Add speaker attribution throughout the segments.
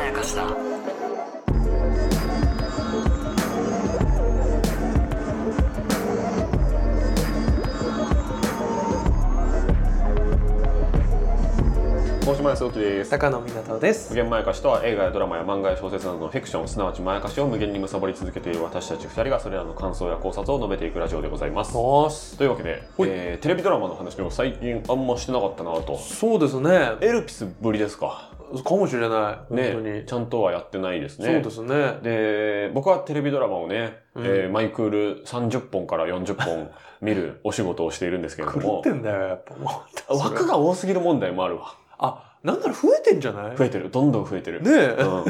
Speaker 1: やかしだ
Speaker 2: 大島康之です
Speaker 3: 高野湊です
Speaker 2: 無限まやかしとは映画やドラマや漫画や小説などのフィクションすなわちまやかしを無限に貪り続けている私たち2人がそれらの感想や考察を述べていくラジオでございますと
Speaker 3: おーす
Speaker 2: いうわけで、えーテレビドラマの話を最近あんましてなかったなと
Speaker 3: そうですねか
Speaker 2: エルピスぶりですか
Speaker 3: もしれない、
Speaker 2: ね
Speaker 3: 本当に、
Speaker 2: ちゃんとはやってないですね
Speaker 3: そうですね
Speaker 2: で僕はテレビドラマをね、
Speaker 3: うん
Speaker 2: えーマイクール30本から40本見るお仕事をしているんですけれど
Speaker 3: 狂
Speaker 2: も
Speaker 3: ってんだよやっぱもう
Speaker 2: 枠が多すぎる問題もあるわ
Speaker 3: あなんなら増えてんじゃない
Speaker 2: 増えてるどんどん増えてる、
Speaker 3: ねえ、
Speaker 2: うん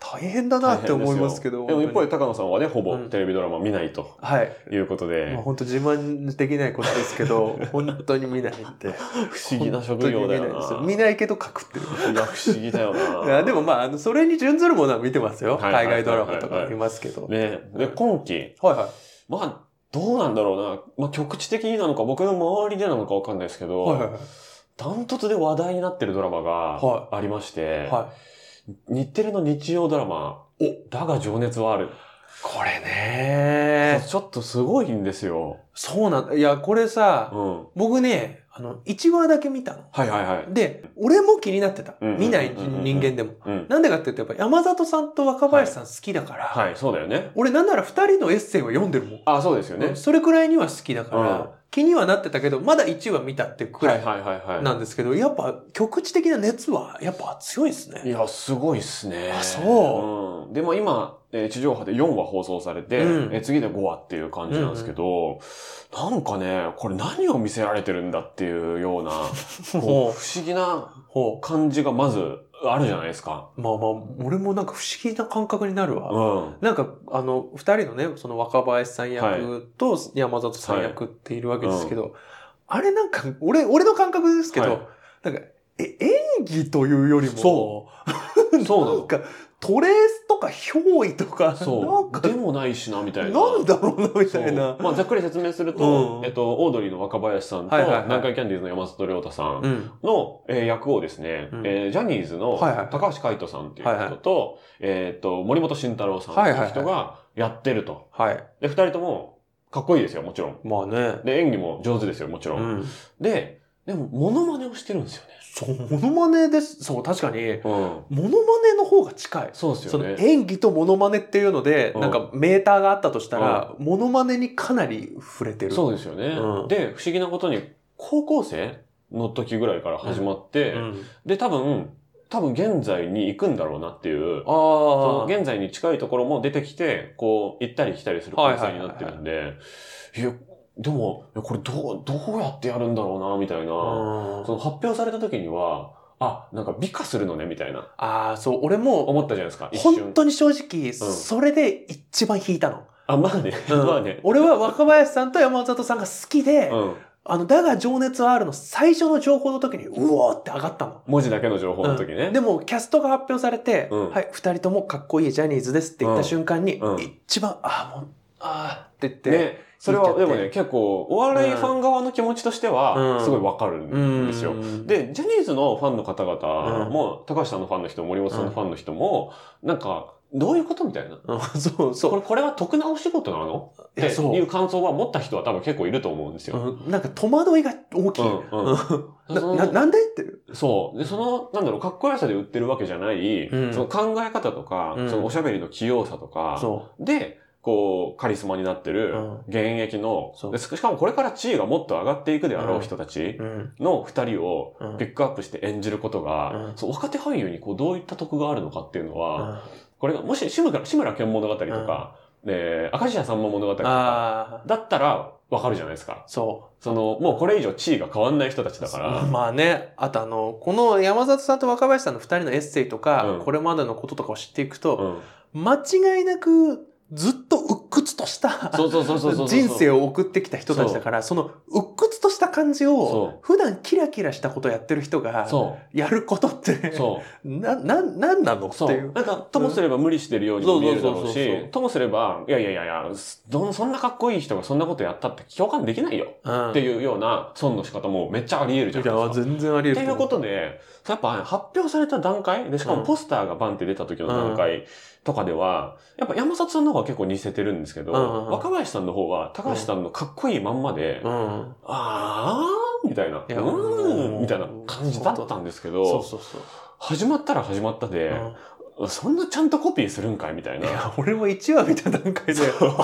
Speaker 3: 大変だなって思いますけど
Speaker 2: でも一方で
Speaker 3: 本
Speaker 2: 高野さんはねほぼ
Speaker 3: うん
Speaker 2: テレビドラマ見ないと
Speaker 3: 当にはい
Speaker 2: いうことで、
Speaker 3: まあ、本当自慢できないことですけ ど本当に見ないんで
Speaker 2: 不思議な職業だよ
Speaker 3: 本当
Speaker 2: な
Speaker 3: に見ないです見ないけど書くっていう
Speaker 2: いや不思議だよ
Speaker 3: いや
Speaker 2: な
Speaker 3: でもまああのそれに準ずるものは見てますよ、
Speaker 2: はいはいはいはい
Speaker 3: 海外ドラマとか見ますけど、
Speaker 2: ねで今期
Speaker 3: はいは
Speaker 2: まあどうなんだろうな、まあ、局地的になのか僕の周りでなのかわかんないですけど、
Speaker 3: いはいはいはい
Speaker 2: ダントツで話題になってるドラマ
Speaker 3: は
Speaker 2: がありまして、
Speaker 3: はい
Speaker 2: 日テレの日曜ドラマ「だが情熱はある
Speaker 3: これ」ね
Speaker 2: ちょっとすごいんですよ。
Speaker 3: そうなんだいやこれさ、
Speaker 2: うん、
Speaker 3: 僕ねあの1話だけ見たの
Speaker 2: はいはいはい。
Speaker 3: で俺も気になってた
Speaker 2: うん
Speaker 3: 見ない
Speaker 2: うん
Speaker 3: 人間でも
Speaker 2: うん、
Speaker 3: なんでかっていうとやっぱ山里さんと若林さん好きだから、
Speaker 2: はいそうだよね。
Speaker 3: 俺なんなら2人のエッセイは読んでるもん
Speaker 2: あそうですよね。
Speaker 3: それくらいには好きだから、
Speaker 2: うん
Speaker 3: 気にはなってたけどまだ1話見たってく
Speaker 2: は
Speaker 3: ら
Speaker 2: い
Speaker 3: い
Speaker 2: はいはいはい。
Speaker 3: なんですけど、やっぱ局地的な熱はやっぱ強いです
Speaker 2: い
Speaker 3: ね。
Speaker 2: や、すごいっすね。。
Speaker 3: あそう
Speaker 2: ん、で、まあ今、えー地上波で4話放送されて、
Speaker 3: うん
Speaker 2: えー次で5話っていう感じなんですけど、なんかね、これ何を見せられてるんだっていうよう な、こ
Speaker 3: ほ
Speaker 2: う不思議な
Speaker 3: ほ
Speaker 2: 感じがまずあるじゃないですか。
Speaker 3: うまあまあ俺もなんか不思議な感覚になるわ。
Speaker 2: うん。
Speaker 3: なんか、あの、二人のね、その若林さん役と山里さん役っているわけですけど、あれなんか、俺、俺の感覚ですけど、
Speaker 2: はい
Speaker 3: なんか、え、演技というよりも、
Speaker 2: そそうな
Speaker 3: なん
Speaker 2: の。
Speaker 3: か、トレースとか憑依とか、
Speaker 2: そ
Speaker 3: なん
Speaker 2: う。
Speaker 3: か
Speaker 2: で、もないしな、みたいな。
Speaker 3: なんだろうな、み
Speaker 2: そ
Speaker 3: た
Speaker 2: う
Speaker 3: いな。
Speaker 2: まあ、ざっくり説明すると、
Speaker 3: うん
Speaker 2: えっと、オードリーの若林さんと、
Speaker 3: はいはいはい
Speaker 2: 南海キャンディーズの山里亮太さん
Speaker 3: うん。
Speaker 2: の、えー役をですね、
Speaker 3: うん
Speaker 2: えージャニーズの
Speaker 3: はいはいはい
Speaker 2: 高橋海人さんっていう人と、えーっと、森本慎太郎さんって
Speaker 3: はいはい
Speaker 2: い
Speaker 3: は
Speaker 2: う
Speaker 3: い
Speaker 2: 人がやってると。
Speaker 3: はい。
Speaker 2: で、二人ともかっこいいですよ、もちろん。
Speaker 3: まあね。
Speaker 2: で、演技も上手ですよ、もちろ。
Speaker 3: うんん。
Speaker 2: で、でも、モノマネをしてるんですよね。
Speaker 3: そう、モノマネです。そう、確かに、
Speaker 2: うん。
Speaker 3: モノマネの方が近い。
Speaker 2: そうです
Speaker 3: そ
Speaker 2: よ
Speaker 3: の
Speaker 2: ね。
Speaker 3: 演技とモノマネっていうので、
Speaker 2: うん
Speaker 3: なんかメーターがあったとしたら、モノマネにかなり触れてる。
Speaker 2: そうですよね、
Speaker 3: うん
Speaker 2: で、不思議なことに、高校生の時ぐらいから始まって、
Speaker 3: うん
Speaker 2: で、多分、多分現在に行くんだろうなっていう、その
Speaker 3: ああ。
Speaker 2: 現在に近いところも出てきて、こう、行ったり来たりする構成になってるんで、いや、でも、いやこれどう、どうやってやるんだろうな、みたいな。
Speaker 3: うん
Speaker 2: その発表された時には、あ、なんか美化するのね、みたいな。
Speaker 3: ああ、そう、俺も、
Speaker 2: 思ったじゃないですか、一瞬
Speaker 3: 本。当に正直、それで一番引いたの。
Speaker 2: あ、まあね。
Speaker 3: う ん
Speaker 2: まあね。
Speaker 3: 俺は若林さんと山里さんが好きで、
Speaker 2: うん。
Speaker 3: あの、だが情熱はあるの最初の情報の時に、うおーって上がったの。
Speaker 2: 文字だけの情報の時ね。
Speaker 3: でも、キャストが発表されて、
Speaker 2: うん
Speaker 3: はい、二人ともかっこいいジャニーズですって言った瞬間に、
Speaker 2: うん
Speaker 3: 一番、ああ、もう、ああって言って、
Speaker 2: ね、それは、
Speaker 3: 聞いちゃ
Speaker 2: で
Speaker 3: って
Speaker 2: もね、結構、お笑いファン側の気持ちとしては
Speaker 3: う、ん
Speaker 2: すごいわかるんですよ。
Speaker 3: うん
Speaker 2: で、ジャニーズのファンの方々
Speaker 3: うん
Speaker 2: も、高橋さんのファンの人も、森本さんのファンの人も、なんか、どういうことみたいな。
Speaker 3: うん そう
Speaker 2: こ
Speaker 3: そ
Speaker 2: れ、これは得なお仕事なの
Speaker 3: う。
Speaker 2: っ
Speaker 3: いや
Speaker 2: て
Speaker 3: そう
Speaker 2: いう感想は持った人は多分結構いると思うんですよ。
Speaker 3: うんなんか戸惑いが大きい。
Speaker 2: うんうん
Speaker 3: うんな
Speaker 2: その
Speaker 3: ななんでって。
Speaker 2: そう。で、その、なんだろう、かっこよさで売ってるわけじゃない、
Speaker 3: うん
Speaker 2: その考え方とか、
Speaker 3: うん
Speaker 2: そのおしゃべりの器用さとか、
Speaker 3: そ
Speaker 2: で、こう、カリスマになってる
Speaker 3: うん、
Speaker 2: 現役の、
Speaker 3: そう
Speaker 2: でしかもこれから地位がもっと上がっていくであろう人たち
Speaker 3: う。うん。
Speaker 2: の二人を
Speaker 3: うん
Speaker 2: ピックアップして演じることが、
Speaker 3: うん
Speaker 2: そう若手俳優にこうどういった得があるのかっていうのは、
Speaker 3: あ
Speaker 2: これがもし志村志村けん物語とか、えー明石家さんま物語とか
Speaker 3: あー、
Speaker 2: だったらわかるじゃないですか。
Speaker 3: そう。
Speaker 2: そのもうこれ以上地位が変わんない人たちだ から。
Speaker 3: まあねあとあのこの山里さんと若林さんの2人のエッセイとか、
Speaker 2: うん
Speaker 3: これまでのこととかを知っていく
Speaker 2: う
Speaker 3: と、
Speaker 2: ん
Speaker 3: 間違いなくずっと鬱屈屈とした
Speaker 2: そうそうそうそうそう。
Speaker 3: 人生を送ってきた人たちだから、その鬱屈とした感じ
Speaker 2: そ
Speaker 3: を、普段キラキラしたことやってる人が、
Speaker 2: そ
Speaker 3: やることっ
Speaker 2: う。
Speaker 3: て、
Speaker 2: そう。
Speaker 3: な、な、なんなのって
Speaker 2: そ
Speaker 3: いう
Speaker 2: う。。なんか、ともすれば無理してるようにも見えるだろう
Speaker 3: そうそうそうそうそう
Speaker 2: し、ともすれば、いやいやいやいや、すどんそんなかっこいい人がそんなことやったって共感できないよ
Speaker 3: うん
Speaker 2: っていうような損の仕方もめっちゃあり得るじゃ
Speaker 3: い
Speaker 2: ない
Speaker 3: や、
Speaker 2: ですか。
Speaker 3: 全然あり
Speaker 2: っ
Speaker 3: 得
Speaker 2: て
Speaker 3: る
Speaker 2: いう
Speaker 3: 思う。
Speaker 2: ことで、やっぱ発表された段階で、しか
Speaker 3: う
Speaker 2: も
Speaker 3: ん
Speaker 2: ポスターがバンって出た時の段階とかでは、やっぱ山里さんの方が結構似せてるんですけど、
Speaker 3: うんうんうん
Speaker 2: 若林さんの方は高橋さんのかっこいいまんまで、
Speaker 3: うん。
Speaker 2: あーみたいな、う
Speaker 3: いや
Speaker 2: ー
Speaker 3: も
Speaker 2: ん
Speaker 3: う
Speaker 2: みたいな感じだったんですけ
Speaker 3: そう
Speaker 2: ど、
Speaker 3: そうそう。
Speaker 2: 始まったら始まったで、
Speaker 3: う
Speaker 2: そんなちゃんとコピーするんかいみたい
Speaker 3: んい
Speaker 2: な。
Speaker 3: や、俺も1話見た段階で、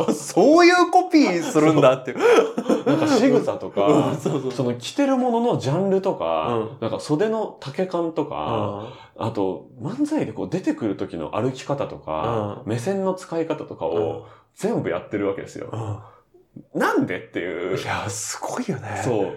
Speaker 3: あそういうコピーするんだっていう。
Speaker 2: なんか仕草と
Speaker 3: う
Speaker 2: か
Speaker 3: ん、そうそう。
Speaker 2: その着てるもののジャンルとか
Speaker 3: う、
Speaker 2: なんか袖の丈感とか、あと漫才でこう出てくる時の歩き方とか、目線の使い方とか
Speaker 3: うん
Speaker 2: を全部やってるわけですよ
Speaker 3: う。ん
Speaker 2: なんでって いう。
Speaker 3: いや、すごいよね。
Speaker 2: そう。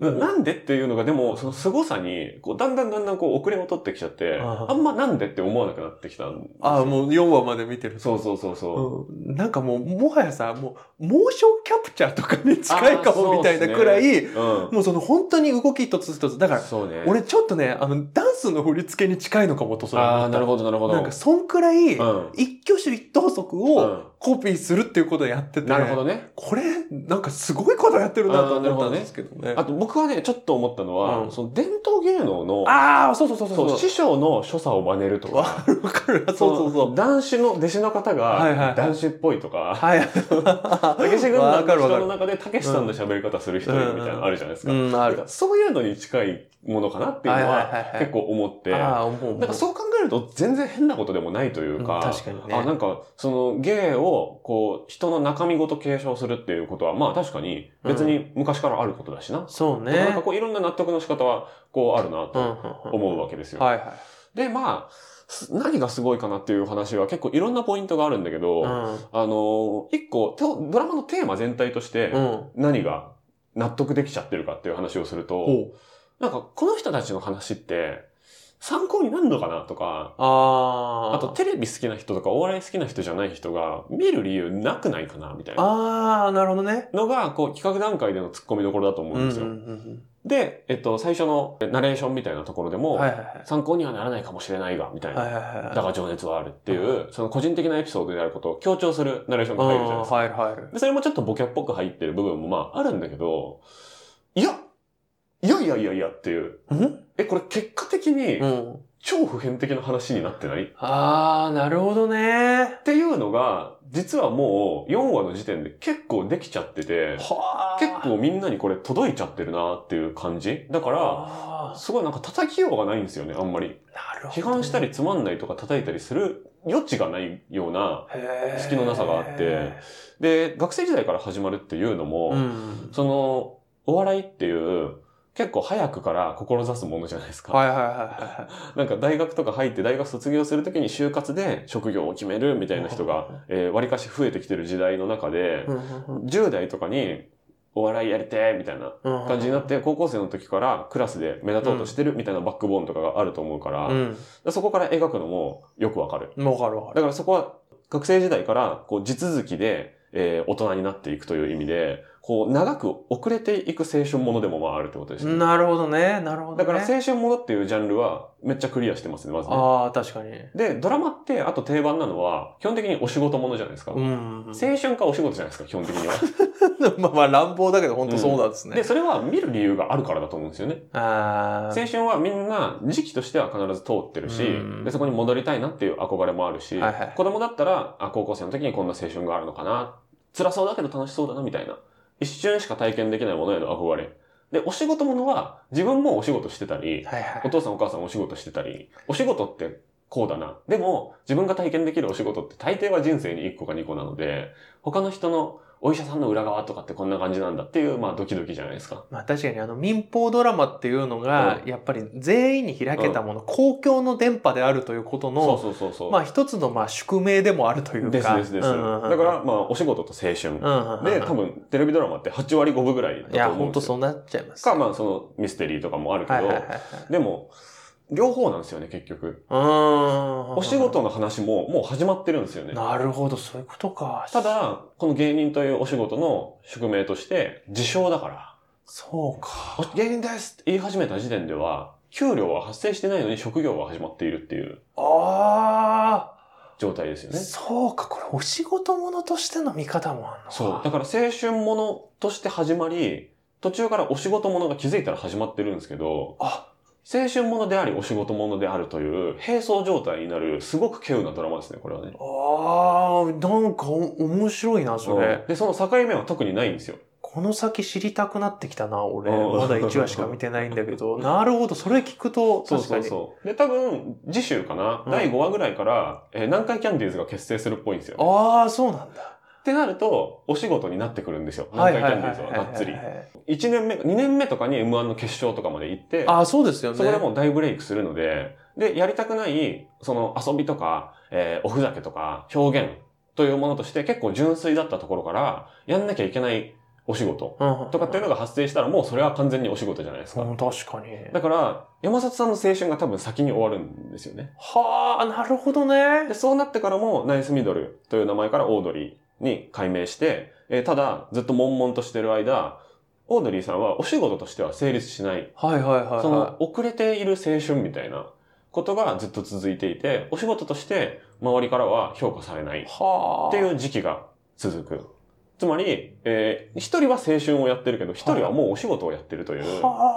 Speaker 2: ななんでっていうのが、でも、その凄さに、こう、だんだんだんだんこう、遅れを取ってきちゃって、
Speaker 3: あ
Speaker 2: あ
Speaker 3: あ
Speaker 2: んまなんでって思わなくなってきたんですよ
Speaker 3: ああ、もう4話まで見てる。
Speaker 2: そうそうそうそう。
Speaker 3: うんなんかもう、もはやさ、もう、モーションキャプチャーとかに近いかもみたいなくらい、
Speaker 2: うん。
Speaker 3: もうその本当に動き一つ一つ。だから、
Speaker 2: そうね。
Speaker 3: 俺ちょっとね、あの、ダンスの振り付けに近いのかもと、それ
Speaker 2: ああ、なる
Speaker 3: ほ
Speaker 2: ほど、なるほど。
Speaker 3: なんか、そんくらい、
Speaker 2: うん。
Speaker 3: 一挙手一投足をコピーするっていうことをやって
Speaker 2: うん
Speaker 3: て、
Speaker 2: なるほどね。
Speaker 3: これ、なんかすごいことやってるなと
Speaker 2: あーなる
Speaker 3: 思っ
Speaker 2: ほ
Speaker 3: た
Speaker 2: ど
Speaker 3: ん
Speaker 2: ね
Speaker 3: ですけどね。
Speaker 2: あと、僕はね、ちょっと思ったのは、
Speaker 3: うん
Speaker 2: その伝統芸能の、
Speaker 3: ああ、そうそうそうそう。
Speaker 2: そう師匠の所作を真似るとか、
Speaker 3: わかる。そうそうそう。
Speaker 2: う。男子の、弟子の方
Speaker 3: はいは
Speaker 2: が
Speaker 3: い、
Speaker 2: 男子っぽいと か、
Speaker 3: はい。
Speaker 2: たけし軍団
Speaker 3: わか
Speaker 2: の
Speaker 3: るわか
Speaker 2: 人
Speaker 3: る
Speaker 2: の中でたけしさんの喋り方する人いるみたいなのあるじゃないですか。
Speaker 3: ん、あ
Speaker 2: なんか。そういうのに近いものかなっていうの
Speaker 3: はいはいはい
Speaker 2: は
Speaker 3: はい
Speaker 2: 結構思って、
Speaker 3: ああ、思う思う。
Speaker 2: なんかそう考えると全然変なことでもないというか、
Speaker 3: うん確かにね。
Speaker 2: あなんか、その芸を、こう、人の中身ごと継承するっていうことは、まあ確かに別に昔からあることだしな。
Speaker 3: そう
Speaker 2: だか
Speaker 3: ね。
Speaker 2: らなんかこう、いろんな納得の仕方は、こう、あるな
Speaker 3: うんうん
Speaker 2: と思うわけです
Speaker 3: うん
Speaker 2: よ。
Speaker 3: はいは
Speaker 2: で、まあ、す何がすごいかなっていう話は結構いろんなポイントがあるんだけど、あ
Speaker 3: い。
Speaker 2: の、一個、とドラマのテーマ全体として
Speaker 3: うん。うん。
Speaker 2: 何が納得できちゃってるかっていう話をすると、
Speaker 3: ほう。
Speaker 2: なんかこの人たちの話って参考になるのかなとか、
Speaker 3: ああ。
Speaker 2: あと、テレビ好きな人とかお笑い好きな人じゃない人が見る理由なくないかなみたいな
Speaker 3: ああ、なるほどね。
Speaker 2: のが、こう企画段階での突っ込みどころだと思うんですよ。
Speaker 3: ん
Speaker 2: で、えっと、最初のナレーションみたいなところで
Speaker 3: う
Speaker 2: も、
Speaker 3: ん。はいはいはい。
Speaker 2: 参考にはならないかもしれないが、みたいな。
Speaker 3: はいはいはい。
Speaker 2: だが情熱はあるっていう、その個人的なエピソードであることを強調するナレーションが入るじゃない
Speaker 3: うん、
Speaker 2: ですか。
Speaker 3: 入る入る。
Speaker 2: でそれもちょっとボケっぽく入ってる部分もまああるんだけど、いやいやいやいやいやっていう。
Speaker 3: うん
Speaker 2: え、これ結果的に
Speaker 3: うん。
Speaker 2: 超普遍的な話になってないっ
Speaker 3: ああ、なるほどね。
Speaker 2: ていうのが、実はもう4話の時点で結構できちゃってて、
Speaker 3: はあ。
Speaker 2: 結構みんなにこれ届いちゃってるなっていう感じ。だから、
Speaker 3: あ
Speaker 2: すごいなんか叩きようがないんですよね、あんまり。
Speaker 3: ーなるほ
Speaker 2: 批
Speaker 3: ど。
Speaker 2: 判したりつまんないとか叩いたりする余地がないような
Speaker 3: へー、
Speaker 2: 隙のなさがあってで、学生時代から始まるっていうのも、
Speaker 3: うん。
Speaker 2: その、お笑いっていう、結構早くから志すものじゃないですか。
Speaker 3: はいはいはいはいはい。
Speaker 2: なんか大学とか入って大学卒業するときに就活で職業を決めるみたいな人が、えー割かし増えてきてる時代の中で、10代とかにお笑いやりてーみたいな感
Speaker 3: 感
Speaker 2: じになって、高校生の時からクラスで目立とうとしてるみたいなバックボーンとかがあると思うから、
Speaker 3: うん。
Speaker 2: そこから描くのもよくわかる。
Speaker 3: わかるわ
Speaker 2: だ
Speaker 3: かる。
Speaker 2: からそこは学生時代からこう地続きで、えー大人になっていくという意味で、こう長く遅れていく青春ものでもまああるってことですね。
Speaker 3: なるほどね。なるほどね。
Speaker 2: だから青春ものっていうジャンルはめっちゃクリアしてますね、まずね。
Speaker 3: ああ、確かに。
Speaker 2: で、ドラマってあと定番なのは基本的にお仕事ものじゃないですか。
Speaker 3: うん。
Speaker 2: 青春かお仕事じゃないですか、基本的には。
Speaker 3: まあまあ乱暴だけど本当そうなんですね。
Speaker 2: で、それは見る理由があるからだと思うんですよね。
Speaker 3: ああ。
Speaker 2: 青春はみんな時期としては必ず通ってるし
Speaker 3: うん、
Speaker 2: でそこに戻りたいなっていう憧れもあるし、
Speaker 3: はいはい
Speaker 2: 子供だったら、あ、高校生の時にこんな青春があるのかな。辛そうだけど楽しそうだな、みたいな。一瞬しか体験できないものへの憧れ。で、お仕事ものは、自分もお仕事してたり、
Speaker 3: はいは
Speaker 2: お
Speaker 3: い。
Speaker 2: 父さんお母さんお仕事してたり、お仕事ってこうだな。でも、自分が体験できるお仕事って大抵は人生に1個か2個なので、他の人のお医者さんの裏側とかってこんな感じなんだっていう、まあドキドキじゃないですか。
Speaker 3: まあ確かにあの民放ドラマっていうのが、
Speaker 2: う
Speaker 3: やっぱり全員に開けたもの、公共の電波であるということ
Speaker 2: そう
Speaker 3: の、
Speaker 2: そうそうそう。
Speaker 3: まあ一つのまあ宿命でもあるというか。
Speaker 2: ですですです。だ
Speaker 3: う
Speaker 2: か
Speaker 3: んうんうん
Speaker 2: ら、まあお仕事と青春。
Speaker 3: うんうんうん
Speaker 2: で、多分、テレビドラマって8割5分ぐらいだ
Speaker 3: いや、
Speaker 2: と思うん
Speaker 3: 本
Speaker 2: で
Speaker 3: 当
Speaker 2: すよ
Speaker 3: そうなっちゃいます。
Speaker 2: か、まあ、そのミステリーとかもあるけ
Speaker 3: はいはいはい
Speaker 2: ど、
Speaker 3: はい。
Speaker 2: でも、両方なんですよね、結局。
Speaker 3: お
Speaker 2: お仕事の話ももう始まってるんですよね。
Speaker 3: なるほど、そういうことか。
Speaker 2: た、だ、この芸人というお仕事の宿命として、自称だから、
Speaker 3: そうか。
Speaker 2: お芸人ですって言い始めた時点では、給料は発生してないのに職業は始まっているっていう
Speaker 3: あ
Speaker 2: 状態ですよ
Speaker 3: あ、
Speaker 2: ね。
Speaker 3: そうか、これお仕事ものとしての見方もあんのか。
Speaker 2: そう。だから青春ものとして始まり、途中からお仕事ものが気づいたら始まってるんですけど、
Speaker 3: あ、
Speaker 2: 青春ものでありお仕事ものであるという、並走状態になる、すごく稀有なドラマですね、これはね。
Speaker 3: ああ、なんかお面白いな、それ。
Speaker 2: うんで、その境目は特にないんですよ。
Speaker 3: この先知りたくなってきたな、俺。
Speaker 2: うん
Speaker 3: まだ1話しか見てないんだ けど。なるほど、それ聞くと、
Speaker 2: そう
Speaker 3: 確
Speaker 2: そ
Speaker 3: か
Speaker 2: う
Speaker 3: に。
Speaker 2: そう。で、多分、次週かな、
Speaker 3: うん
Speaker 2: 第5話ぐらいから、えー南海キャンディーズが結成するっぽいんですよ。
Speaker 3: ああ、そうなんだ。
Speaker 2: ってなると、お仕事になってくるんですよ。南海キャンディーズは、がっつり。1年目、2年目とかに M1 の決勝とかまで行って、
Speaker 3: ああ、そうですよね。
Speaker 2: そこでもう大ブレイクするので、で、やりたくない、その遊びとか、えーおふざけとか、表現というものとして結構純粋だったところから、やんなきゃいけないお仕事
Speaker 3: うん、
Speaker 2: とかっていうのが発生したら、もうそれは完全にお仕事じゃないですか。
Speaker 3: うん確かに。
Speaker 2: だから、山里さんの青春が多分先に終わるんですよね。
Speaker 3: はあ、なるほどね
Speaker 2: で、。そうなってからも、ナイスミドルという名前からオードリーに改名して、えーただ、ずっと悶々としてる間、オードリーさんはお仕事としては成立しない。
Speaker 3: はいはいはい、はい。
Speaker 2: その、遅れている青春みたいなことがずっと続いていて、お仕事として周りからは評価されないっ
Speaker 3: はあ。
Speaker 2: ていう時期が続く。つまり、えー一人は青春をやってるけど、一人はもうお仕事をやってるという、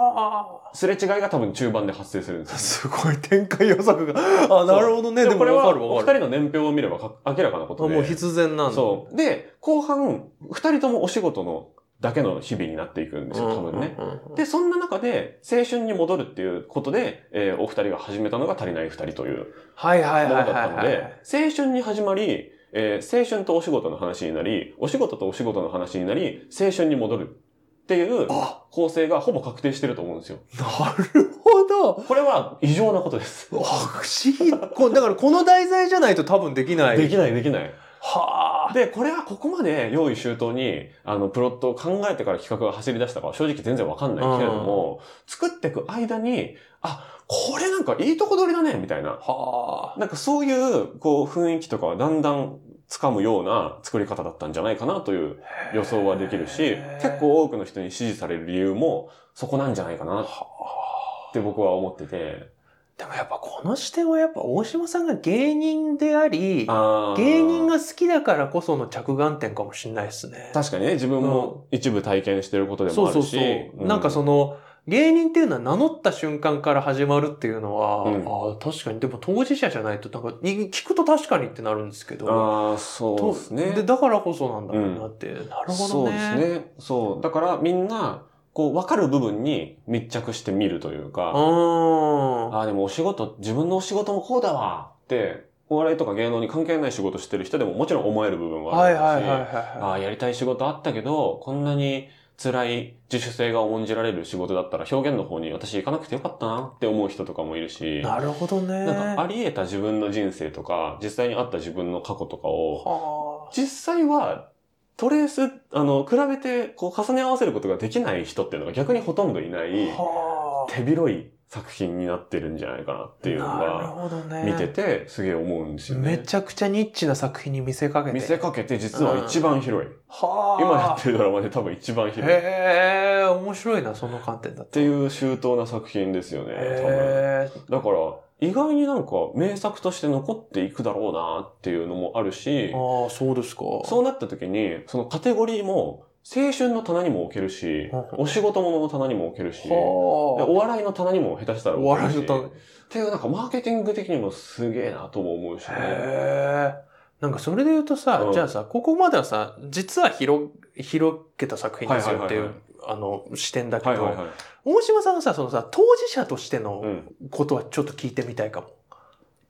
Speaker 3: は
Speaker 2: すれ違いが多分中盤で発生するんです
Speaker 3: あ。
Speaker 2: よ。
Speaker 3: すごい展開予測が。あ、なるほどね。で
Speaker 2: でもこ
Speaker 3: も
Speaker 2: れ
Speaker 3: わ
Speaker 2: は、
Speaker 3: かるわ
Speaker 2: お二
Speaker 3: かる。
Speaker 2: 人の年表を見ればか明らかなこと
Speaker 3: あ
Speaker 2: で。
Speaker 3: もう必然なんだ。
Speaker 2: そう。で、後半、二人ともお仕事のだけの日々になっていくんですよ、多分ね。
Speaker 3: うんうんうん。
Speaker 2: で、そんな中で、青春に戻るっていうことで、えーお二人が始めたのが足りない二人という
Speaker 3: はいはい
Speaker 2: もの
Speaker 3: は
Speaker 2: だ
Speaker 3: い
Speaker 2: っ
Speaker 3: は
Speaker 2: た
Speaker 3: い
Speaker 2: の
Speaker 3: はい、
Speaker 2: で、青春に始まり、えー青春とお仕事の話になり、お仕事とお仕事の話になり、青春に戻るっていう
Speaker 3: あ、
Speaker 2: 構成がほぼ確定してると思うんですよ。
Speaker 3: なるほど。
Speaker 2: これは異常なことです。
Speaker 3: あ不思議。こだからこの題材じゃないと多分できない。
Speaker 2: できない、できない。
Speaker 3: はあ。
Speaker 2: で、これはここまで用意周到に、あの、プロットを考えてから企画が走り出したかは正直全然わかんないけれども、作っていく間に、あ、これなんかいいとこ取りだね、みたいな。
Speaker 3: はあ。
Speaker 2: なんかそういう、こう、雰囲気とかはだんだん掴むような作り方だったんじゃないかなという予想はできるし
Speaker 3: へ、ー
Speaker 2: 結構多くの人に支持される理由もそこなんじゃないかなっ
Speaker 3: はあ
Speaker 2: て僕は思ってて。
Speaker 3: でもやっぱこの視点はやっぱ大島さんが芸人であり、
Speaker 2: あー
Speaker 3: 芸人が好きだからこその着眼点かもしれないですね。
Speaker 2: 確かにね、自分も一部体験してることでも
Speaker 3: そ
Speaker 2: ある
Speaker 3: うそう
Speaker 2: し。
Speaker 3: そう。
Speaker 2: うん
Speaker 3: なんかその、芸人っていうのは名乗った瞬間から始まるっていうのは、
Speaker 2: うん
Speaker 3: ああ確かに、でも当事者じゃないと、なんか、い聞くと確かにってなるんですけど、
Speaker 2: ああ、そうですね。
Speaker 3: とで、だからこそなんだろうなって。なるほどね。
Speaker 2: そうですね。そう。だからみんな、こう、わかる部分に密着してみるという
Speaker 3: う
Speaker 2: か、
Speaker 3: ーん。
Speaker 2: ああ、でもお仕事、自分のお仕事もこうだわって、お笑いとか芸能に関係ない仕事してる人でももちろん思える部分はあ
Speaker 3: はい
Speaker 2: るし、
Speaker 3: はいはいはい
Speaker 2: あ
Speaker 3: は
Speaker 2: あ、やりたい仕事あったけど、こんなに辛い自主性が重んじられる仕事だったら表現の方に私行かなくてよかったなって思う人とかもいるし
Speaker 3: い。、なるほどね。
Speaker 2: なんかあり得た自分の人生とか、実際にあった自分の過去とかを、
Speaker 3: は
Speaker 2: 実際は、トレース、あの、比べて、こう、重ね合わせることができない人っていうのが逆にほとんどいない、
Speaker 3: あ。はあ。
Speaker 2: 手広い作品になってるんじゃないかなっていうの
Speaker 3: なる
Speaker 2: が、
Speaker 3: ほどね。
Speaker 2: 見てて、すげえ思うんですよね。
Speaker 3: めちゃくちゃニッチな作品に見せかけて。
Speaker 2: 見せかけて、実は一番広い。
Speaker 3: はあ。
Speaker 2: 今やってるドラマで多分一番広い。っ
Speaker 3: へえ、面白いな、その観点だって。
Speaker 2: ていう周到な作品ですよね、
Speaker 3: へえ。
Speaker 2: 多分。だから、意外になんか名作として残っていくだろうなっていうのもあるし、
Speaker 3: ああ、そうですか。
Speaker 2: そうなった時に、そのカテゴリーも、青春の棚にも置けるし
Speaker 3: うん、
Speaker 2: お仕事物の棚にも置けるし、で
Speaker 3: は
Speaker 2: お笑いの棚にも下手した
Speaker 3: あ。
Speaker 2: ら
Speaker 3: お
Speaker 2: 置ける
Speaker 3: 笑
Speaker 2: し。
Speaker 3: いのため。
Speaker 2: っていう、なんかマーケティング的にもすげえなとも思うしね。
Speaker 3: へえ。なんかそれで言うとさ、
Speaker 2: うん
Speaker 3: じゃあさ、ここまではさ、実は広、広げた作品ですよっていう、
Speaker 2: はいはい
Speaker 3: あの、視点だけど、
Speaker 2: はいはいはい。
Speaker 3: 大島さんのさ、そのさ、当事者として
Speaker 2: う
Speaker 3: の
Speaker 2: ん。
Speaker 3: ことはちょっと聞いてみたいかも。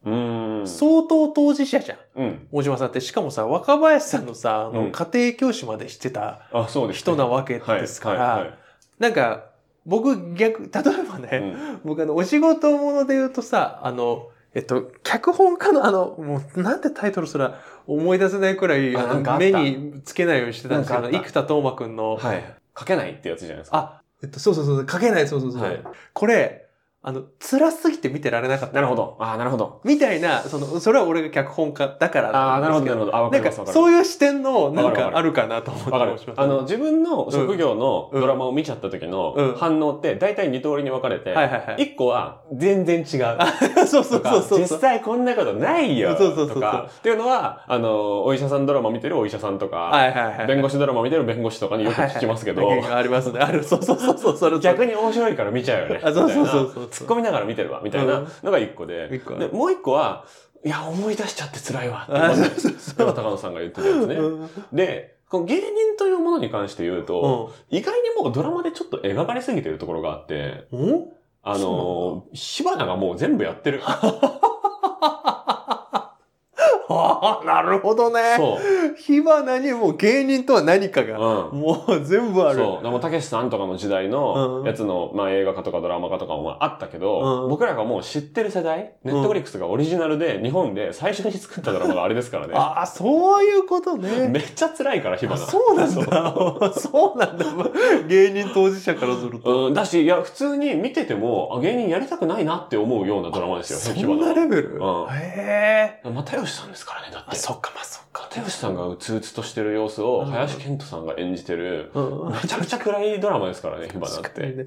Speaker 2: うーん。
Speaker 3: 相当当事者じゃん。
Speaker 2: うん。
Speaker 3: 大島さんって、しかもさ、若林さんのさ、あの
Speaker 2: うん
Speaker 3: 家庭教師までしてた
Speaker 2: あ、そうですね。
Speaker 3: 人なわけですから、
Speaker 2: はいはい
Speaker 3: なんか、僕逆、例えばね、
Speaker 2: はい
Speaker 3: 僕あの、お仕事もので言うとさ、あの、えっと、脚本家のあの、もうなんてタイトルすら思い出せないくらい、
Speaker 2: あ
Speaker 3: あの
Speaker 2: なんかあった
Speaker 3: 目につけないようにしてたんですけ
Speaker 2: な
Speaker 3: ど、
Speaker 2: んかあった
Speaker 3: 生田斗真くん
Speaker 2: う
Speaker 3: の、
Speaker 2: ん。はい。書けないってやつじゃないですか。
Speaker 3: あ、えっと、そうそうそう、書けない、そうそうそう。
Speaker 2: はい
Speaker 3: これ、あの、辛すぎて見てられなかった。
Speaker 2: なるほど。ああ、なるほど。
Speaker 3: みたいな、その、それは俺が脚本家だから
Speaker 2: ああ、なるほど、なる
Speaker 3: ど。
Speaker 2: ほど。あ、わか
Speaker 3: な
Speaker 2: り
Speaker 3: ん
Speaker 2: ます、わ
Speaker 3: か、
Speaker 2: かります。
Speaker 3: そういう視点の、なん
Speaker 2: わかるわか、
Speaker 3: か
Speaker 2: る
Speaker 3: あるかなと思って
Speaker 2: わかる
Speaker 3: 面白い。
Speaker 2: あの、自分の職業の
Speaker 3: うん
Speaker 2: ドラマを見ちゃった時
Speaker 3: うん
Speaker 2: の反応って、大体二通りに分かれて、
Speaker 3: はいはいはい。
Speaker 2: 一個は、全然違う。
Speaker 3: そうそ
Speaker 2: と
Speaker 3: う
Speaker 2: か
Speaker 3: そうそう。
Speaker 2: 実際こんなことないよ
Speaker 3: そうそうそうそう
Speaker 2: とかっていうのはあのお医者さんドラマ見てるお医者さんとか、
Speaker 3: はいはいはい。
Speaker 2: 弁護士ドラマ見てる弁護士とかによく聞きますけど、
Speaker 3: はいはいはいありますね。ある。そうそうそうそう。それ
Speaker 2: 逆に面白いから見ちゃうよね
Speaker 3: あ、そうそう
Speaker 2: みた
Speaker 3: そう
Speaker 2: いな
Speaker 3: そう。
Speaker 2: 突っ込みながら見てるわみたいなのが一個で,、
Speaker 3: 一個あ
Speaker 2: で
Speaker 3: る
Speaker 2: もう一個はいや思い出しちゃって辛いわって
Speaker 3: あそう
Speaker 2: これは高野さんが言ってたやつね。
Speaker 3: うんうん
Speaker 2: でこの芸人というものに関して言うと、意外にもうドラマでちょっと描かれすぎてるところがあって、
Speaker 3: うん。
Speaker 2: あ
Speaker 3: そう
Speaker 2: の、火花がもう全部やってる。
Speaker 3: ああ、なるほどね。
Speaker 2: そう。
Speaker 3: 火花にもう芸人とは何か が、
Speaker 2: うん。
Speaker 3: もう全部ある。
Speaker 2: そう。でも、たけしさんとかの時代
Speaker 3: う
Speaker 2: の
Speaker 3: ん
Speaker 2: やつの、まあ映画化とかドラマ化とかもあったけど、
Speaker 3: うん
Speaker 2: 僕らがもう知ってる世代、ネットフリックスがオリジナルで、日本で最初に作ったドラマがあれですからね。
Speaker 3: ああ、そういうことね。
Speaker 2: めっちゃ辛いから、火
Speaker 3: あ
Speaker 2: 花。
Speaker 3: そうなん
Speaker 2: そう
Speaker 3: だ。 そうなんだ。芸人当事者からすると。
Speaker 2: うん、だし、いや、普通に見てても、あ、芸人やりたくないなって思うようなドラマですよ、
Speaker 3: そ
Speaker 2: 火
Speaker 3: んな
Speaker 2: 花は。
Speaker 3: レベル
Speaker 2: うん
Speaker 3: へえ。
Speaker 2: 又吉さんですからね、だっ
Speaker 3: あ、
Speaker 2: て。
Speaker 3: そっか、まあそっか。
Speaker 2: 又吉さんがうつうつとしてる様子
Speaker 3: う
Speaker 2: を、
Speaker 3: ん
Speaker 2: 林遣都さんが演じてる、
Speaker 3: うん
Speaker 2: めちゃくちゃ暗いドラマですからね、火花っ
Speaker 3: 確か
Speaker 2: て
Speaker 3: に。ね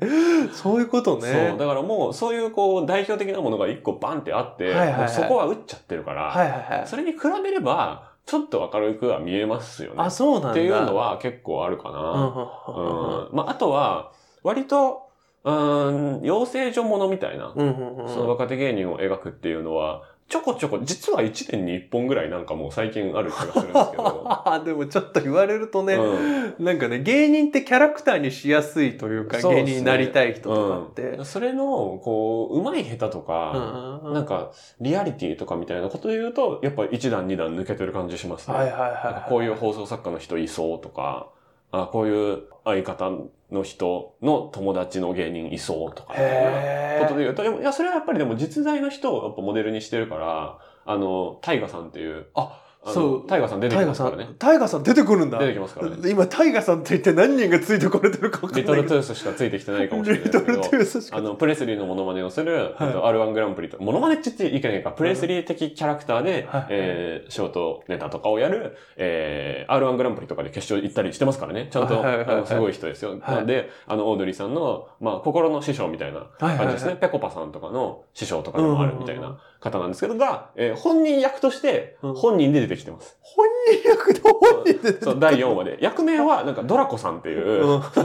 Speaker 3: そういうこと
Speaker 2: そ
Speaker 3: ね
Speaker 2: う、。だからもう、そういうこう、代表的なものが一個バンってあって、
Speaker 3: はいはいはい
Speaker 2: もうそこは打っちゃってるから、
Speaker 3: はいはいはい。
Speaker 2: それに比べれば、ちょっと明るくは見えますよね。
Speaker 3: あ、そうなんだ。
Speaker 2: っていうのは結構あるか
Speaker 3: うんうん
Speaker 2: な。う
Speaker 3: うんうん
Speaker 2: ん。まあ、あとは、割と、うーん、養成所ものみたいな、
Speaker 3: うんうんうん
Speaker 2: その若手芸人を描くっていうのは、ちょこちょこ、実は1年に1本ぐらいなんかもう最近ある気がするんですけ ど。
Speaker 3: でもちょっと言われるとね、
Speaker 2: うん
Speaker 3: なんかね、芸人ってキャラクターにしやすいというか、
Speaker 2: そうっすね
Speaker 3: 芸人になりたい人とかって。
Speaker 2: うんそれの、こう、上手い下手とか、
Speaker 3: うんうん
Speaker 2: なんか、リアリティとかみたいなことを言うと、やっぱ一段二段抜けてる感じしますね。
Speaker 3: はいはいは
Speaker 2: な
Speaker 3: い
Speaker 2: ん
Speaker 3: は
Speaker 2: か
Speaker 3: い。
Speaker 2: こういう放送作家の人いそうとか、あこういう相方の人の友達の芸人いそうとかみたい
Speaker 3: へ
Speaker 2: な
Speaker 3: ー
Speaker 2: ことで言うと、でもいや、それはやっぱりでも実在の人をやっぱモデルにしてるから、あの、タイガさんっていう、
Speaker 3: あ
Speaker 2: の
Speaker 3: そう
Speaker 2: タイガさん出て
Speaker 3: タ
Speaker 2: き
Speaker 3: イ
Speaker 2: ま
Speaker 3: ガ
Speaker 2: す
Speaker 3: さ
Speaker 2: からね。
Speaker 3: ん、タイガさん出てくるんだ
Speaker 2: 出。てきますからね。
Speaker 3: 今、タイガさんって一体何人がついてこれてるか分か
Speaker 2: リ
Speaker 3: ん
Speaker 2: ト
Speaker 3: ない
Speaker 2: ル
Speaker 3: け
Speaker 2: ト
Speaker 3: ど。
Speaker 2: ゥースしかついてきてないかもしれないです
Speaker 3: ト
Speaker 2: け
Speaker 3: ル
Speaker 2: ど
Speaker 3: ト、ゥースしか
Speaker 2: あの、プレスリーのモノマネをする、
Speaker 3: はい
Speaker 2: えっと R1 グランプリと、モノマネって言っていいかないか、プレスリー的キャラクターで、
Speaker 3: はい
Speaker 2: えーショートネタとかをやる、えー R1 グランプリとかで決勝行ったりしてますからね。ちゃんと、
Speaker 3: はいはいはいはい
Speaker 2: あのすごい人ですよ。
Speaker 3: はい
Speaker 2: なんで、あの、オードリーさんの、まあ、心の師匠みたいな
Speaker 3: はい
Speaker 2: 感じですね。ペコパさんとかの師匠とかでもあるみたいな方なんですけど、が、えー本人役として、
Speaker 3: うん
Speaker 2: 本人で出てきてます。
Speaker 3: 本人役で本人で。
Speaker 2: そう、第4話で。役名は、なんか、ドラコさんっていう、
Speaker 3: うん
Speaker 2: タ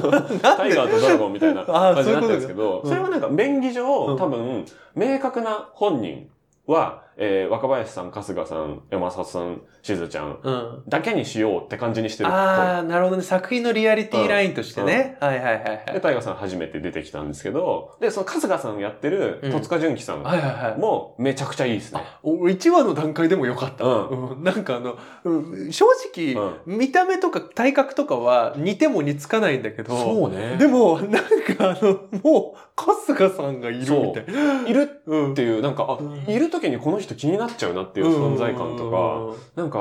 Speaker 2: イガーとドラゴンみたいな
Speaker 3: あー
Speaker 2: 感じになってるんですけど、そ
Speaker 3: そうい
Speaker 2: れ
Speaker 3: う
Speaker 2: はな
Speaker 3: こ
Speaker 2: んか便宜
Speaker 3: う
Speaker 2: 上、
Speaker 3: ん
Speaker 2: 多分、明確な本人は、えー若林さん、春日さん、山里さん、しずちゃん
Speaker 3: うん。
Speaker 2: だけにしようって感じにしてるっぽい。
Speaker 3: ああ、なるほどね。作品のリアリティラインとしてね。はいはいはいは
Speaker 2: で、
Speaker 3: い。
Speaker 2: タイガーさん初めて出てきたんですけど、で、その春日さんやってる
Speaker 3: うん
Speaker 2: 戸塚純喜さん
Speaker 3: はいはいはい。
Speaker 2: もめちゃくちゃいいですね。
Speaker 3: お1話の段階でも良かった。
Speaker 2: うん
Speaker 3: うんなんかあの、うん正直、
Speaker 2: うん
Speaker 3: 見た目とか体格とかは似ても似つかないんだけど、
Speaker 2: うね
Speaker 3: でも、なんかあの、もう、春日さんがいるみたいな。
Speaker 2: いる
Speaker 3: うん
Speaker 2: っていう、なんか、
Speaker 3: うん
Speaker 2: あ、いる時にこの人気になっちゃうなっていう存在感とか、なんか、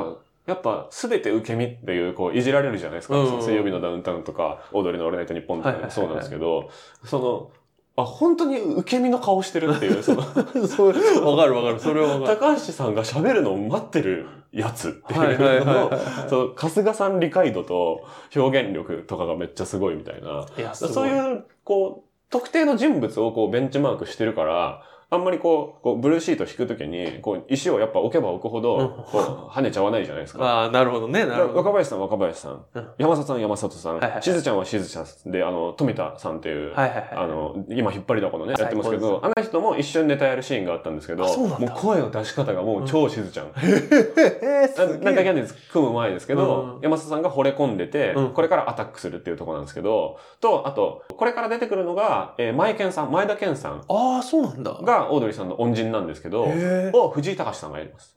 Speaker 2: やっぱ、すべて受け身っていう、こう、いじられるじゃないですか。
Speaker 3: うん
Speaker 2: その水曜日のダウンタウンとか、オードリーのオールナイトニッポンと
Speaker 3: はい
Speaker 2: か
Speaker 3: はい
Speaker 2: も
Speaker 3: はい
Speaker 2: そ
Speaker 3: はい
Speaker 2: うなんですけど、その、あ、本当に受け身の顔してるって いう、その、
Speaker 3: うんうんそう、わかるわかる。それはわかる。
Speaker 2: 高橋さんが喋るのを待ってるやつって
Speaker 3: はいいはいうは
Speaker 2: の
Speaker 3: い
Speaker 2: の、
Speaker 3: は
Speaker 2: その、春日さん理解度と表現力とかがめっちゃすごいみ たいな。
Speaker 3: い。いや、
Speaker 2: そう
Speaker 3: う。
Speaker 2: いう、こう、特定の人物をこう、ベンチマークしてるから、あんまりこう、こうブルーシート引くときに、こう、石をやっぱ置けば置くほ
Speaker 3: うん
Speaker 2: ど、こう、跳ねちゃわないじゃないですか。
Speaker 3: ああ、なるほどね。なるほ
Speaker 2: 若
Speaker 3: ど。
Speaker 2: 林さん、若林さん
Speaker 3: うん。
Speaker 2: 山里さん、山里さん。
Speaker 3: はいはいはい
Speaker 2: しずちゃんはしずちゃんで、あの、富田さんっていう、
Speaker 3: はいはいはい。
Speaker 2: あの、今引っ張りだこのね、やってますけ
Speaker 3: 最高
Speaker 2: ど、あの人も一緒にネタやるシーンがあったんですけど、
Speaker 3: あそうなん
Speaker 2: も
Speaker 3: だ
Speaker 2: う声の出し方がもう超しずちゃん。
Speaker 3: えー、す
Speaker 2: な
Speaker 3: げえ
Speaker 2: なんかキャンディーズ組む前ですけど、
Speaker 3: うん
Speaker 2: 山里さんが惚れ込んでて、
Speaker 3: うん
Speaker 2: これからアタックするっていうところなんですけど、と、あと、これから出てくるのが、えー、前健さん、前田健さん
Speaker 3: ああ、そうなんだ。
Speaker 2: がオードリーさんの恩人なんですけど、
Speaker 3: へえ。
Speaker 2: を藤井隆さんがやります。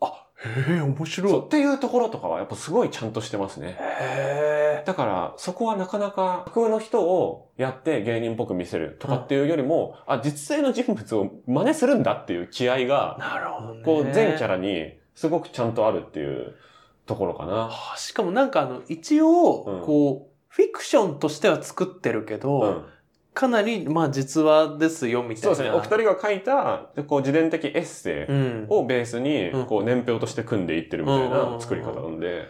Speaker 3: へえ、面白い。
Speaker 2: そう、っていうところとかはやっぱすごいちゃんとしてますね。
Speaker 3: へえ。
Speaker 2: だから、そこはなかなか架空の人をやって芸人っぽく見せるとかっていうよりも、あ、実際の人物を真似するんだっていう気合が、
Speaker 3: なるほどね。
Speaker 2: こう、全キャ
Speaker 3: ラ。
Speaker 2: ラにすごくちゃんとあるっていうところかな。
Speaker 3: しかもなんかあの、一応
Speaker 2: う、ん
Speaker 3: こう、フィクションとしては作ってるけ
Speaker 2: う
Speaker 3: ど、
Speaker 2: ん。
Speaker 3: かなり、まあ実話ですよ、みたい
Speaker 2: そう
Speaker 3: な。
Speaker 2: ですね。お二人が書いた、こう、自伝的エッセイ
Speaker 3: うん。
Speaker 2: をベースに
Speaker 3: うん、
Speaker 2: こう、年表として組んでいってるみたいな作り方なんで。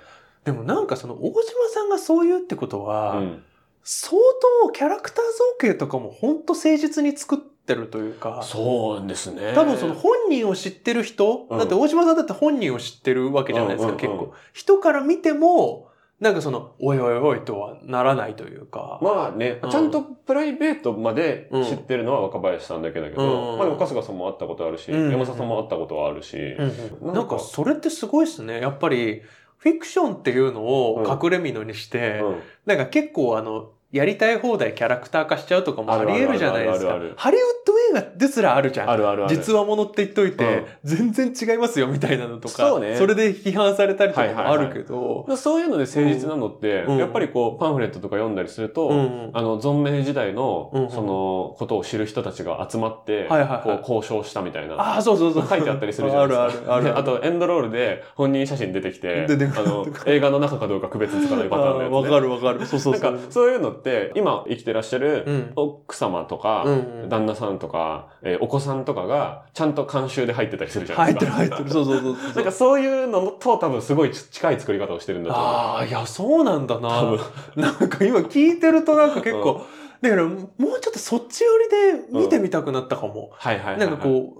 Speaker 3: でもなんかその、大島さんがそう言うってこと
Speaker 2: う
Speaker 3: は、
Speaker 2: ん。
Speaker 3: 相当キャラクター造形とかも本当誠実に作ってるというか、
Speaker 2: そうですね。
Speaker 3: 多分その本人を知ってる人、
Speaker 2: うん
Speaker 3: だって大島さんだって本人を知ってるわけじゃないですか、
Speaker 2: うんうん
Speaker 3: 結
Speaker 2: うん
Speaker 3: 構。人から見ても、なんかその、おいおいおいとはならないというか。
Speaker 2: まあね、
Speaker 3: うん
Speaker 2: ちゃんとプライベートまで知ってるのは若林さんだけだけど、
Speaker 3: うん
Speaker 2: まあでも春日さんも会ったことあるし、
Speaker 3: うん
Speaker 2: 山里さんも会ったことはあるし、
Speaker 3: うんうん、
Speaker 2: な
Speaker 3: なんん
Speaker 2: か
Speaker 3: かそれってすごいですね。やっぱり、フィクションっていうのを隠れ蓑にして、
Speaker 2: うん
Speaker 3: なんか結構あの、やりたい放題キャラクター化しちゃうとかも
Speaker 2: あ
Speaker 3: あ
Speaker 2: る
Speaker 3: り
Speaker 2: ある
Speaker 3: 得るじゃないです
Speaker 2: あ
Speaker 3: か
Speaker 2: るあるある。
Speaker 3: ハリウッド映画ですらあるじゃ
Speaker 2: あ
Speaker 3: ん。
Speaker 2: るあるある。
Speaker 3: 実はものって言っといて、全然違いますよみたいなのとか、
Speaker 2: そうね
Speaker 3: れで批判されたりとか
Speaker 2: はい
Speaker 3: も
Speaker 2: は
Speaker 3: あ
Speaker 2: いはい
Speaker 3: るけど、
Speaker 2: そういうので誠実なのって、
Speaker 3: うん
Speaker 2: やっぱりこう、パンフレットとか読んだりすると、
Speaker 3: うん
Speaker 2: あの、存命時代の
Speaker 3: うん、
Speaker 2: その、ことを知る人たちが集まって、
Speaker 3: はいはいはい
Speaker 2: こう、交渉したみたいな。
Speaker 3: ああ、そうそうそう。
Speaker 2: 書いてあったりするじゃないですか。
Speaker 3: あるあるある
Speaker 2: であと、エンドロールで本人写真出てきて、
Speaker 3: 出てく
Speaker 2: あ
Speaker 3: る
Speaker 2: の、映画の中かどうか区別つかないパターンのやつ、ね。
Speaker 3: わかるわかる。そうそうそ
Speaker 2: な
Speaker 3: う。
Speaker 2: んか、そういうのって、今生きてらっしゃ
Speaker 3: う
Speaker 2: る
Speaker 3: ん。
Speaker 2: 奥様とか、
Speaker 3: うんうん
Speaker 2: 旦那さんとか、えーお子さんとかが、ちゃんと監修で入ってたりするじゃない
Speaker 3: 入っ
Speaker 2: で
Speaker 3: て
Speaker 2: す
Speaker 3: る
Speaker 2: か。
Speaker 3: 入ってる。そうそうそうそ う。
Speaker 2: なんかそういうのと多分すごい近い作り方をしてるんだと思う。
Speaker 3: ああ、いや、そうなんだな。
Speaker 2: 多分
Speaker 3: なんか今聞いてるとなんか結構、だからもうちょっとそっち寄りで見てみたくなったかも。
Speaker 2: はいはいはいはい。
Speaker 3: なんかこ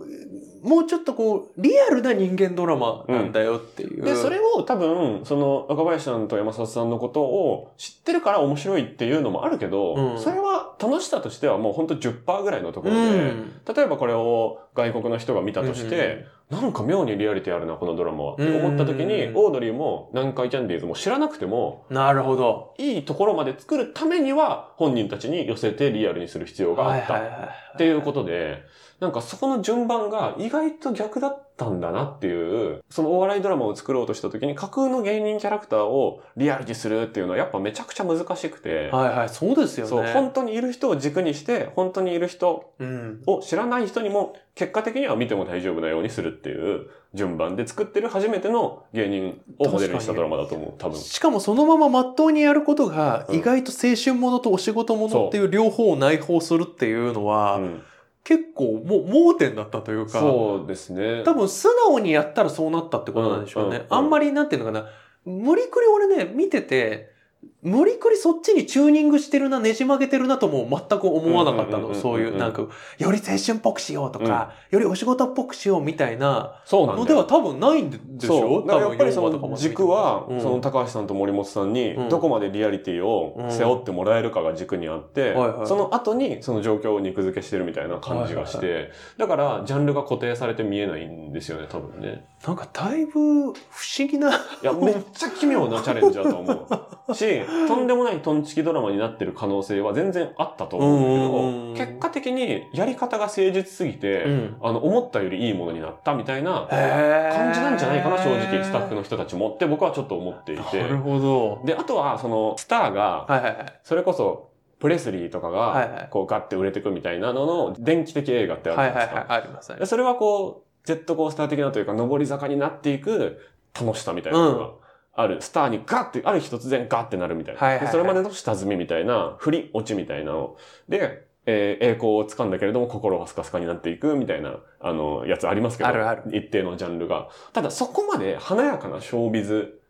Speaker 3: う、もうちょっとこう、リアルな人間ドラマなんだよっていう。
Speaker 2: で、それを多分、その、若林さんと山里さんのことを知ってるから面白いっていうのもあるけど、
Speaker 3: うん
Speaker 2: それは楽しさとしてはもうほんと10%ぐらいのとこ
Speaker 3: う
Speaker 2: ろで、
Speaker 3: ん。
Speaker 2: 例えばこれを外国の人が見たとして、なんか妙にリアリティあるな、このドラマは。って思った時に、
Speaker 3: うん
Speaker 2: オードリーも南海キャンディーズも知らなくても、
Speaker 3: うん、なるほど。
Speaker 2: いいところまで作るためには、本人たちに寄せてリアルにする必要が
Speaker 3: は
Speaker 2: あ
Speaker 3: い
Speaker 2: っ
Speaker 3: はい
Speaker 2: た。
Speaker 3: は
Speaker 2: っていうことで、なんかそこの順番が意外と逆だったんだなっていう、そのお笑いドラマを作ろうとした時に架空の芸人キャラクターをリアリティするっていうのはやっぱめちゃくちゃ難しくて、
Speaker 3: い。はいはい、そうですよね。
Speaker 2: そう、本当にいる人を軸にして、本当にいる人
Speaker 3: うん。
Speaker 2: を知らない人にも結果的には見ても大丈夫なようにするっていう順番で作ってる初めての芸人をモデルにしたドラマだと思う、多分。
Speaker 3: しかもそのまままっとうにやることが、
Speaker 2: うん
Speaker 3: 意外と青春ものとお仕事も
Speaker 2: そ
Speaker 3: の
Speaker 2: う
Speaker 3: っていう両方を内包するっていうのは、
Speaker 2: うん
Speaker 3: 結構もう盲点だったというか。
Speaker 2: そうですね。
Speaker 3: 多分素直にやったらそうなったってことなんでしょう
Speaker 2: うんう
Speaker 3: ね
Speaker 2: ん。うん
Speaker 3: あんまりなんていうのかな。無理くり俺ね、見てて、無理くりそっちにチューニングしてるな、ねじ曲げてるなとも全く思わなかった
Speaker 2: うんうんうんうん
Speaker 3: の。
Speaker 2: うん
Speaker 3: そういう、なんか、より青春っぽくしようとか、よりお仕事っぽくしようみたいな
Speaker 2: そうなんだ
Speaker 3: の
Speaker 2: よ
Speaker 3: では多分ないんでし
Speaker 2: そ
Speaker 3: ょ
Speaker 2: う。だからやっぱりそ
Speaker 3: 多分4話とか
Speaker 2: の
Speaker 3: も
Speaker 2: 軸は、
Speaker 3: うん
Speaker 2: その高橋さんと森本さんに
Speaker 3: う、ん
Speaker 2: どこまでリアリティを背負ってもらえるかが軸にあって、
Speaker 3: うんはいはい
Speaker 2: その後にその状況を肉付けしてるみたいな感じがして、だからジャンルが固定されて見えないんですよね、多分 ね。
Speaker 3: なんかだいぶ不思議な、
Speaker 2: いや、めっちゃ奇妙なチャレンジだと思う。し、 とんでもないトンチキドラマになってる可能性は全然あったと思うんだけ
Speaker 3: うんうんうんう
Speaker 2: ど、
Speaker 3: ん
Speaker 2: 結果的にやり方が誠実すぎて、あの、思ったよりいいものになったみたいな感
Speaker 3: 感
Speaker 2: じなんじゃないかな、正直、スタッフの人たちもって僕はちょっと思っていて
Speaker 3: な。るほど。
Speaker 2: で、あとは、その、スターが、
Speaker 3: はいはいはい。
Speaker 2: それこそ、プレスリーとか
Speaker 3: はいは
Speaker 2: が
Speaker 3: い、
Speaker 2: こう、ガッて売れてくみたいなのの、電気的映画ってあるじ
Speaker 3: は
Speaker 2: ゃ
Speaker 3: い
Speaker 2: ないです
Speaker 3: はいはい
Speaker 2: か。。
Speaker 3: ありますね
Speaker 2: で。それはこう、ジェットコースター的なというか、上り坂になっていく楽しさみたいなのがある。スターにガッて、ある日突然ガッてなるみたいな。
Speaker 3: はいはいはい
Speaker 2: でそれまでの下積みみたいな、振り落ちみたいなの。で、えー栄光を掴んだけれども、心はスカスカになっていくみたいな、あの、やつありますけど。
Speaker 3: あるある。
Speaker 2: 一定のジャンルが。ただそこまで華やかなショービズ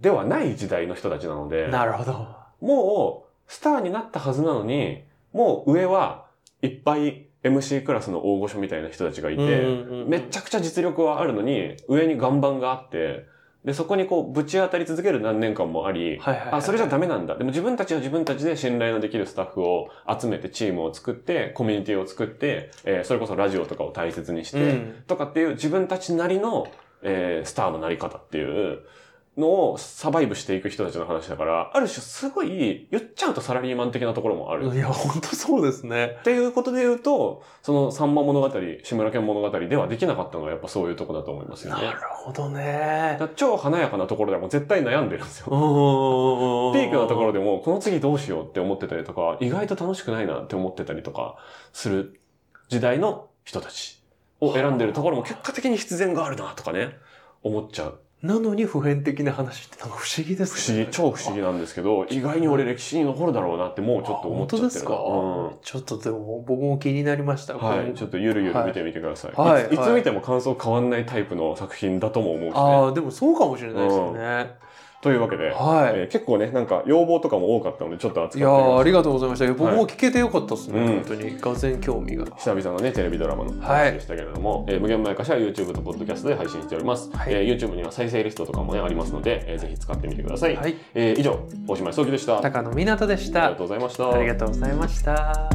Speaker 2: ではない時代の人たちなので、
Speaker 3: なるほど。
Speaker 2: もうスターになったはずなのに、もう上はいっぱい MC クラスの大御所みたいな人たちがいて、めち
Speaker 3: ゃ
Speaker 2: ゃくちゃ実力はあるのに、上に岩盤があって、で、そこにこうぶち当たり続ける何年間もあり、
Speaker 3: はいはいはい、
Speaker 2: あ、それじゃダメなんだ。でも自分たちは自分たちで信頼のできるスタッフを集めてチームを作って、コミュニティを作って、えーそれこそラジオとかを大切にして、
Speaker 3: うん
Speaker 2: とかっていう自分たちなりの、えースターのなり方っていうのをサバイブしていく人たちの話だから、ある種すごい言っちゃうとサラリーマン的なところもある。
Speaker 3: いや、本当そうですね。
Speaker 2: っていうことで言うと、その三万物語、志村けん物語ではできなかったのはやっぱそういうとこだと思いますよ
Speaker 3: な
Speaker 2: ね
Speaker 3: る。ほどね
Speaker 2: だか。ら超華やかなところでも絶対悩んでるんですよ。ピ
Speaker 3: ー
Speaker 2: ークのところでも、この次どうしようって思ってたりとか、意外と楽しくないなって思ってたりとか、する時代の人たちを選んでるところも結果的に必然があるなとかね、思っちゃう。
Speaker 3: なのに普遍的な話ってなんか不思議です
Speaker 2: 不
Speaker 3: ね。
Speaker 2: 思議、超不思議なんですけど、意外に俺歴史に残るだろうなってもうちょっと思っちゃってる。
Speaker 3: あ本当ですか
Speaker 2: うん
Speaker 3: ちょっとでも僕も気になりました。こ
Speaker 2: は
Speaker 3: れ
Speaker 2: い、ちょっとゆるゆる見てみてください。
Speaker 3: はい
Speaker 2: い
Speaker 3: はい
Speaker 2: ついつ見ても感想変わんないタイプの作品だとも思うし、ね
Speaker 3: ああ、でもそうかもしれないですよね。
Speaker 2: というわけで、
Speaker 3: は
Speaker 2: えー結構ね、なんか要望とかも多かったので、ちょっと扱
Speaker 3: い。い
Speaker 2: ってみ
Speaker 3: や
Speaker 2: ま
Speaker 3: ーあ
Speaker 2: し
Speaker 3: りがとうございました。僕も聞けてよかったですね。
Speaker 2: うん
Speaker 3: 本当に。がぜ興味が。
Speaker 2: た久々のね、テレビドラマの
Speaker 3: はい
Speaker 2: 話でしたけれども、えー無限前歌詞は YouTube と Podcast で配信しております、
Speaker 3: はい
Speaker 2: えー YouTube には再生リストとかもね、ありますので、えーぜひ使ってみてください。
Speaker 3: はい。
Speaker 2: えー以上、大島ひそきでした。あり
Speaker 3: 高野湊斗でし
Speaker 2: が
Speaker 3: た
Speaker 2: とう。ございました。
Speaker 3: ありがとうございました。